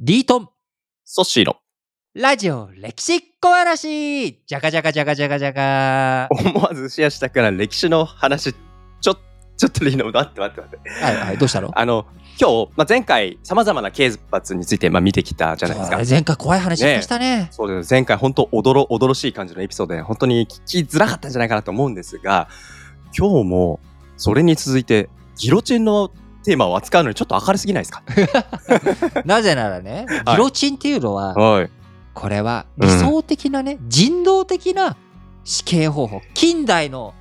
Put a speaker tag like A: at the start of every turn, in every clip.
A: リートン、
B: ソッシーの。
A: ラジオ歴史小話じゃかじゃかじゃかじゃかじゃか
B: 思わずシェアしたから歴史の話、ちょ、ちょっとでいいの待って待って待って。
A: はいはい、どうしたの
B: あの、今日、まあ、前回、さまざまな刑罰について、まあ、見てきたじゃないですか。
A: 前回怖い話でしたね。
B: そうです前回本当おどろおどろしい感じのエピソードで本当に聞きづらかったんじゃないかなと思うんですが今日もそれに続いてギロチンのテーマを扱うのにちょっと明るすぎない ですか
A: なぜならね、ギロチンっていうのは、
B: はい
A: これは理想的なね、人道的な死刑方法近代の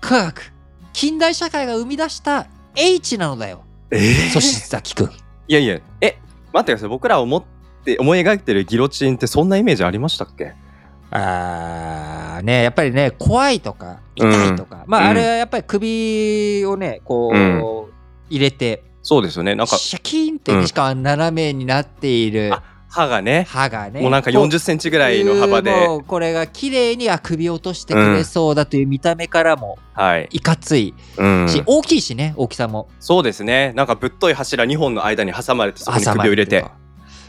A: 科学近代社会が生み出した H なのだよ
B: え
A: そしてザキ君
B: いやいやえ待ってください僕ら思って思い描いてるギロチンってそんなイメージありましたっけ
A: あーねやっぱりね怖いとか痛いとか、まああれはやっぱり首をねこう、
B: うん
A: 入れて
B: そうですよねなんか
A: シャキーンって、ね
B: うん
A: しかも斜めになっている
B: あ歯がね
A: 歯がね
B: もうなんか4 0ンチぐらいの幅で
A: もうこれが綺麗にあ首落としてくれそうだという見た目からも
B: はい、
A: いかつい
B: うん
A: し、大きいしね大きさも
B: そうですねなんかぶっとい柱2本の間に挟まれてそこに首を入れて
A: 挟ま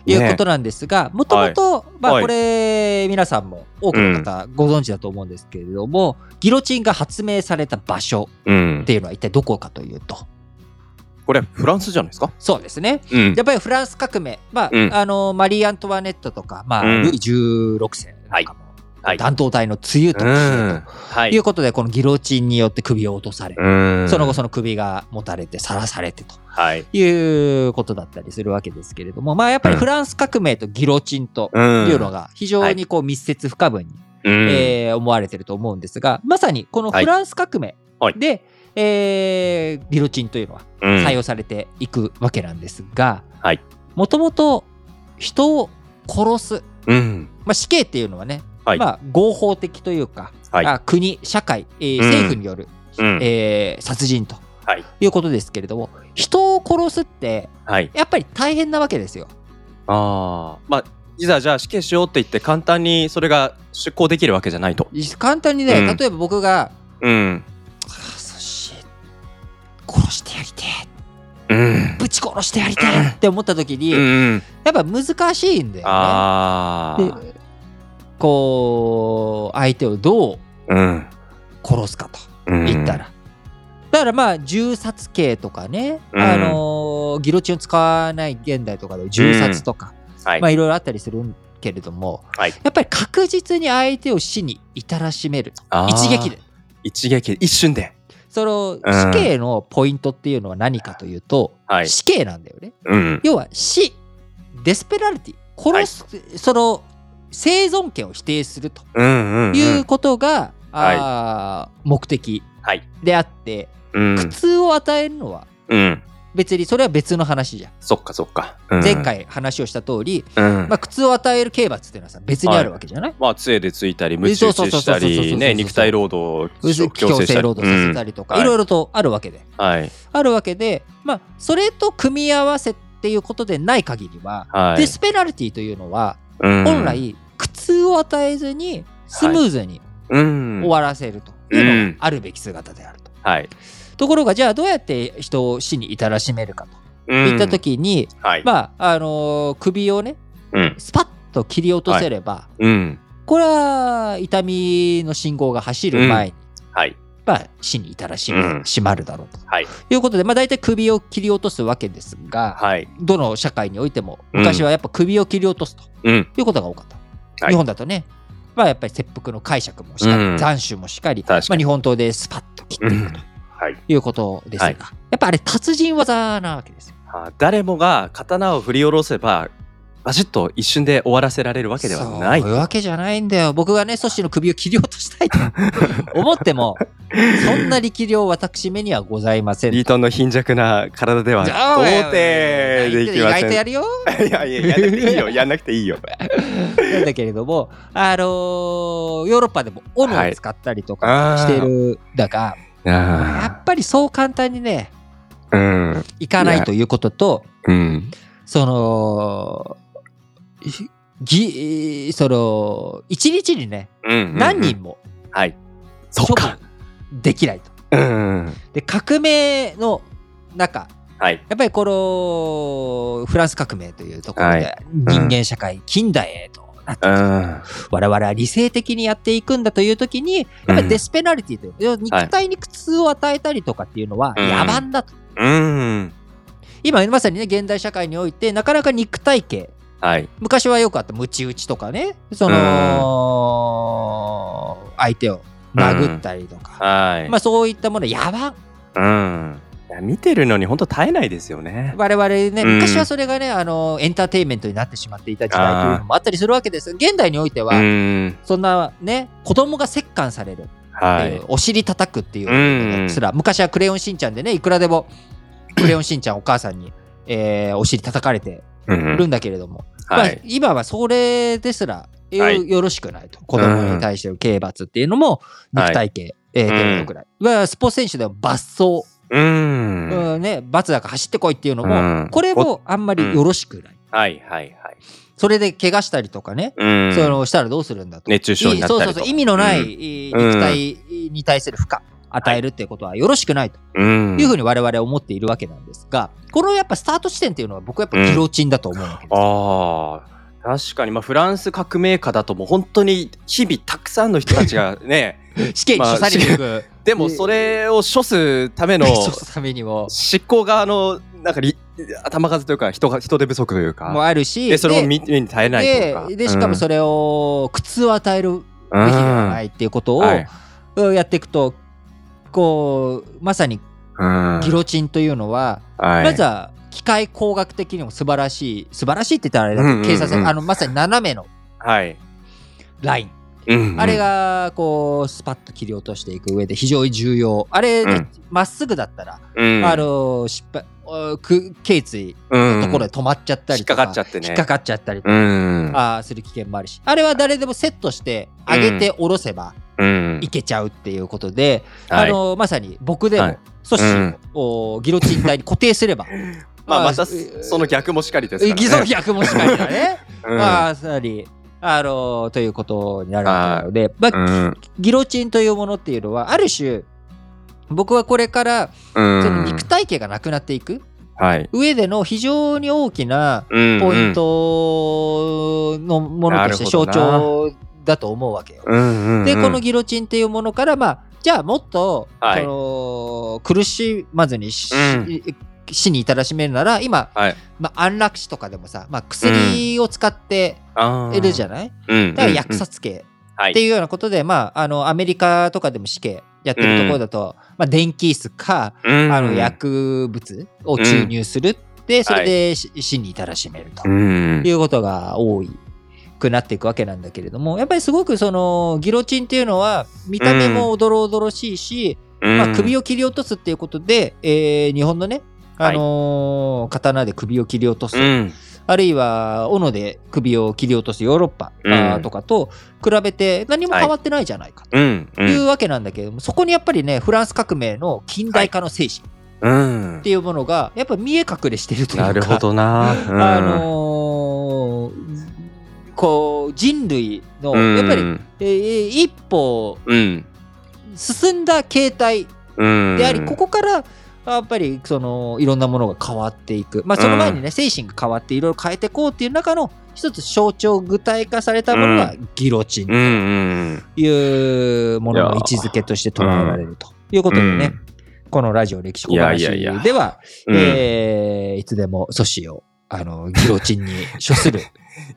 A: ということなんですがもともとまあこれ皆さんも多くの方ご存知だと思うんですけれども、ギロチンが発明された場所
B: うん
A: っていうのは一体どこかというと
B: これフランスじゃないですか
A: そうですね
B: うん
A: やっぱりフランス革命、まあ
B: うん
A: あのマリー・アントワネットとか、まあ
B: うん
A: ルイ16世なんかも、
B: はい
A: 断頭体の梅雨と
B: うん
A: か
B: は
A: ということでこのギロチンによって首を落とされ、
B: うん
A: その後その首が持たれてさらされてと。
B: はい。
A: いうことだったりするわけですけれども、まあやっぱりフランス革命とギロチンと
B: うん
A: いうのが非常にこう密接不可分に、
B: うん
A: えー思われてると思うんですが、まさにこのフランス革命
B: はい
A: で、えーギロチンというのは
B: うん
A: 採用されていくわけなんですが
B: はい、
A: もともと人を殺す、
B: うん。
A: まあ、死刑っていうのはね、
B: はい
A: まあ、合法的というか、
B: はい
A: あ国、社会、えー
B: うん
A: 政府による、
B: うん
A: えー殺人と
B: はい
A: いうことですけれども、人を殺すって
B: はい。
A: やっぱり大変なわけですよ。
B: ああ。まあ、いざじゃあ死刑しようって言って簡単にそれが出行できるわけじゃないと。
A: 簡単にね、
B: うん
A: 例えば僕が
B: うん。
A: 「あーそし殺してやりてえ
B: うん。
A: ぶち殺してやりてえ」って思った時に、
B: う
A: や
B: ん。
A: っぱ難しいんだよ
B: あ
A: ね。
B: あ。
A: でこう相手をどう
B: うん。
A: 殺すかと
B: うん
A: 言った。ら。だからまあ銃殺刑とかね、
B: うん
A: あのーギロチンを使わない現代とかで銃殺とか、
B: はい
A: まあ。いろいろあったりするけれども、
B: はい
A: やっぱり確実に相手を死に至らしめる
B: あー
A: 一撃で。
B: 一撃で。一瞬で。
A: その
B: うん
A: 死刑のポイントっていうのは何かというと、
B: はい。
A: 死刑なんだよね。
B: うん。
A: 要は死、デスペナルティ、殺す、その生存権を否定すると
B: うんうん。
A: いう。ことが、あー目的
B: はい
A: であって、
B: うん。
A: 苦痛を与えるのは
B: うん。
A: 別にそれは別の話じゃん。
B: そっかそっか。うん
A: 前。回話をした通り、
B: うん
A: まあ、苦痛を与える刑罰っていうのはさ別にあるわけじゃない
B: まあ、杖でついたり、鞭打ちした
A: そうそうそうそうそうそ
B: り、
A: う
B: ね、肉体労働
A: 要するに強制労働させた
B: り。
A: りと
B: う
A: か
B: ん
A: いろいろとあるわけで。
B: うんはい。
A: あるわけで、まあ、それと組み合わせっていうことでない限りは、
B: はい。
A: デスペナルティというのは
B: うん
A: 本、来苦痛を与えずにスムーズに
B: うん。
A: 終わらせるというのがあるべき姿であると。
B: はい。
A: ところがじゃあどうやって人を死に至らしめるかと
B: 言
A: いった時に、
B: はい。
A: まああのー首をね
B: うん。
A: スパッと切り落とせれば、
B: うん。
A: これは痛みの信号が走る前に、
B: はい。
A: まあ、死に至らしめ、
B: うん
A: しまるだろうと
B: はい。
A: いうことで、まあ、大体首を切り落とすわけですが、
B: はい。
A: どの社会においても
B: うん
A: 昔はやっぱ首を切り落とすと
B: うん。
A: いうことが多かった、
B: はい
A: 日本だとねまあやっぱり切腹の解釈もしっかり、
B: うん
A: 斬首もしっかり、ま
B: 確か
A: あ、日本刀でスパッと切っていくと
B: はい。
A: いうことですが、
B: はい
A: やっぱあれ達人技なわけですよ
B: あ誰もが刀を振り下ろせば、バシッと一瞬で終わらせられるわけではない
A: そう。いうわけじゃないんだよ僕がね組織の首を切り落としたい と思ってもそんな力量私目にはございません
B: リートンの貧弱な体では、
A: じゃあおい
B: 到底でき
A: 意
B: ま
A: 外
B: せん。
A: とや
B: い
A: るよ
B: や いや、やんなくていいよ。やんなくていいよ。
A: なんだけれども、あのーヨーロッパでも斧を使ったりとか
B: はい
A: してるだが、や
B: あ
A: っぱりそう簡単にね、
B: あ。うん。
A: いかないということと、
B: うん。
A: その、ひぎ、その、一日にね、
B: うん。
A: 何人も
B: はい。そっ
A: 処
B: か。
A: 分できないと。
B: うん。
A: で、革命の中、
B: はい。
A: やっぱりこのフランス革命というところ
B: は
A: で
B: い
A: 人間社会近代へとなっていく、
B: うん。
A: 我々は理性的にやっていくんだという時にやっぱりデスペナリティという、要は肉体に苦痛を与えたりとかっていうのは
B: うん
A: 野蛮だと、
B: うん。
A: 今まさにね現代社会においてなかなか肉体系
B: はい。
A: 昔はよくあったムチ打ちとかねその、相手を殴ったりとか、
B: はい。
A: まあ、そういったもの野蛮
B: うん。いや見てるのに本当耐えないですよね。
A: 我々ね、
B: うん
A: 昔はそれがねあのエンターテインメントになってしまっていた時代というのもあったりするわけです現代においては、
B: うん。
A: そんなね子供が折檻されるって
B: は
A: いう、
B: い。
A: お尻叩くっていう
B: うん
A: のすら、昔は「クレヨンしんちゃん」でねいくらで も「クレヨンしんちゃん」お母さんに、えーお尻叩かれて
B: う
A: る
B: ん。
A: んだけれども、
B: は
A: まあ
B: い。、
A: 今はそれですらよ,、
B: はい
A: ろしくないと子供に対しての刑罰っていうのも
B: はい
A: 肉体刑、えー程度くらい、まあスポーツ選手でも罰走、
B: うん。は
A: うんね、罰だから走ってこいっていうのも、
B: うん
A: これもあんまりよろしくない、
B: いはいはい。
A: それで怪我したりとかね、
B: うん。
A: それをしたらどうするんだと、
B: 熱中症になっ
A: そう
B: た
A: そ
B: り
A: う
B: と
A: そう
B: か。
A: 意味のない、
B: うん
A: えー肉体に対する負荷与えるっていうことはよろしくないと
B: うん。
A: いうふうに我々は思っているわけなんですがこのやっぱスタート地点っていうのは僕はやっぱギロチンだと思うわけです、
B: ああ。確かに、まあ、フランス革命家だともう本当に日々たくさんの人たちがね
A: 死刑に処されていく、
B: でもそれを処す ための
A: そうそうためにも
B: 執行側のなんかり頭数というか人が人手不足という
A: も
B: か
A: あるし
B: でそれも見目に耐えないというか
A: ででしかもそれを苦痛を与えるべき
B: れ
A: ではないっていうことを
B: はい
A: うんやっていくとこうまさに
B: うん
A: ギロチンというのは
B: はい
A: まずは機械工学的にも素晴らしい素晴らしいって言ったらあれだ
B: うんうんうん
A: けど警察あのまさに斜めの
B: はい、
A: ライン
B: うんうん
A: あれがこうスパッと切り落としていく上で非常に重要あれ
B: うん
A: まっすぐだったら
B: うん
A: あの失敗あく頸椎
B: うん
A: ところで止まっちゃったりと
B: 引っかかっちゃってね
A: 引っかかっちゃったりとか
B: うん
A: あーする危険もあるしあれは誰でもセットして上げて下ろせば
B: うん
A: いけちゃうっていうことで、
B: はい
A: あのまさに僕でも、
B: はい
A: 阻止を、ギロチン体に固定すれば
B: まあまた
A: あー
B: その逆もしかりですからね
A: 偽造逆もしかりだね、
B: うん
A: まあさらにあのということになるわけなので、まあ
B: うん
A: ギロチンというものっていうのはある種僕はこれから
B: うん
A: その肉体系がなくなっていく
B: はい
A: 上での非常に大きなポイントのものとして象徴だと思うわけよ。で、
B: で
A: このギロチンっていうものから、まあ、じゃあもっと、
B: はい
A: その苦しまずにし、
B: うん
A: 死に至らしめるなら、今、
B: はい
A: まあ、安楽死とかでもさ、まあ、薬を使っているじゃ
B: ん
A: ない、
B: だ
A: だから薬殺刑っていうようなことで、まあ、あのアメリカとかでも死刑やってるところだと、まあ、電気椅子か、あの薬物を注入するって、それでし死に至らしめると。いうことが多いくなっていくわけなんだけれどもやっぱりすごくそのギロチンっていうのは見た目もおどろおどろしいし、まあ、首
B: を
A: を切り落とすっていうことで、えー日本のね、あのー刀で首を切り落とす、あるいは斧で首を切り落とすヨーロッパ、
B: うん
A: あーとかと比べて何も変わってないじゃないかというわけなんだけれども、そこにやっぱりねフランス革命の近代化の精神っ
B: うん
A: ていうものがやっぱ見え隠れしてるというか
B: なるほどなうん
A: あのーこう人類の
B: うん
A: やっぱり、えー一歩
B: うん
A: 進んだ形態
B: うん
A: であり、ここからやっぱりそのいろんなものが変わっていく、まあ、その前にね、精神が変わっていろいろ変えていこうっていう中の一つ象徴具体化されたものがギロチン
B: うんうん
A: というものの位置づけとして捉えられるということでね、このラジオ歴史小話
B: いやいやいや
A: では
B: うん
A: えーいつでも阻止をあのギロチンに処 する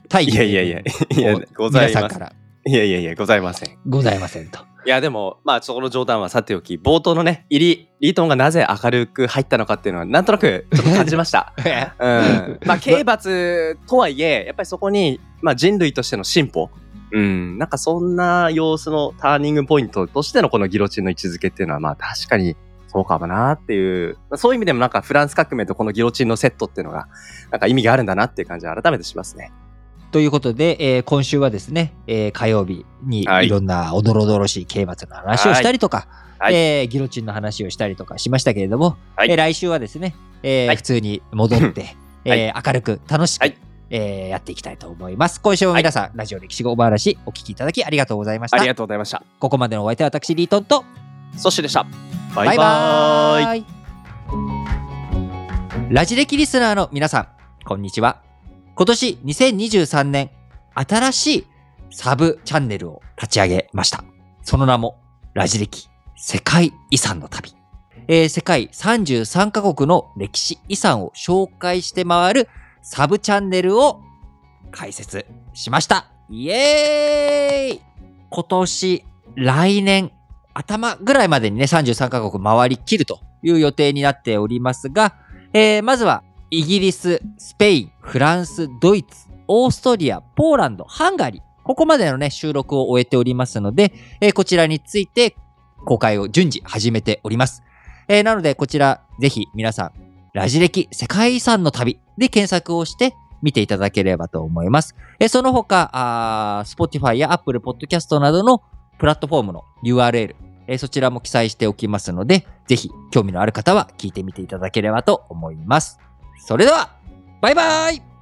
A: 大義
B: いやいやいやいや
A: を
B: ござい
A: 皆さ
B: ま
A: ん
B: せ
A: か
B: ん
A: ら
B: いやいやいやございません
A: ございませ んと。
B: いやでもまあそこの冗談はさておき冒頭のね入りリートンがなぜ明るく入ったのかっていうのはなんとなくちょっと感じましたうんまあ刑罰とはいえやっぱりそこに、まあ、人類としての進歩、うん、なんかそんな様子のターニングポイントとしてのこのギロチンの位置づけっていうのはまあ確かにそうかもなっていう、まあ、そういう意味でもなんかフランス革命とこのギロチンのセットっていうのがなんか意味があるんだなっていう感じは改めてしますね。
A: ということで、えー今週はですね、えー火曜日に
B: はい
A: いろんなおどろどろしい刑罰の話をしたりとか、
B: はい
A: えーギロチンの話をしたりとかしましたけれども、
B: はい
A: えー来週はですね、えー
B: はい
A: 普通に戻 って、えー明るく楽しく、
B: はい
A: えーやっていきたいと思います。今週も皆さん、ラジオ歴史小話お聞きいただきありがとうございまし
B: あ
A: た
B: り。がとうございました。
A: ここまでのお相手は私、リートンと、
B: ソッシュでした。バイバ
A: バイ
B: イ
A: バーイラジ歴リスナーの皆さん、こんにちは。今年2023年、新しいサブチャンネルを立ち上げました。その名も、ラジ歴世界遺産の旅。えー、世界33カ国の歴史遺産を紹介して回るサブチャンネルを開設しました。イエーイ今年、来年、頭ぐらいまでにね、33カ国回りきるという予定になっておりますが、えー、まずは、イギリス、スペイン、フランス、ドイツ、オーストリア、ポーランド、ハンガリー、ここまでのね、収録を終えておりますので、えー、こちらについて公開を順次始めております。えー、なので、こちら、ぜひ皆さん、ラジ歴世界遺産の旅で検索をして、見ていただければと思います。えその他、あ Spotify や Apple Podcast などのプラットフォームの URL、えそちらも記載しておきますので、ぜひ興味のある方は聞いてみていただければと思います。それでは、バイバイ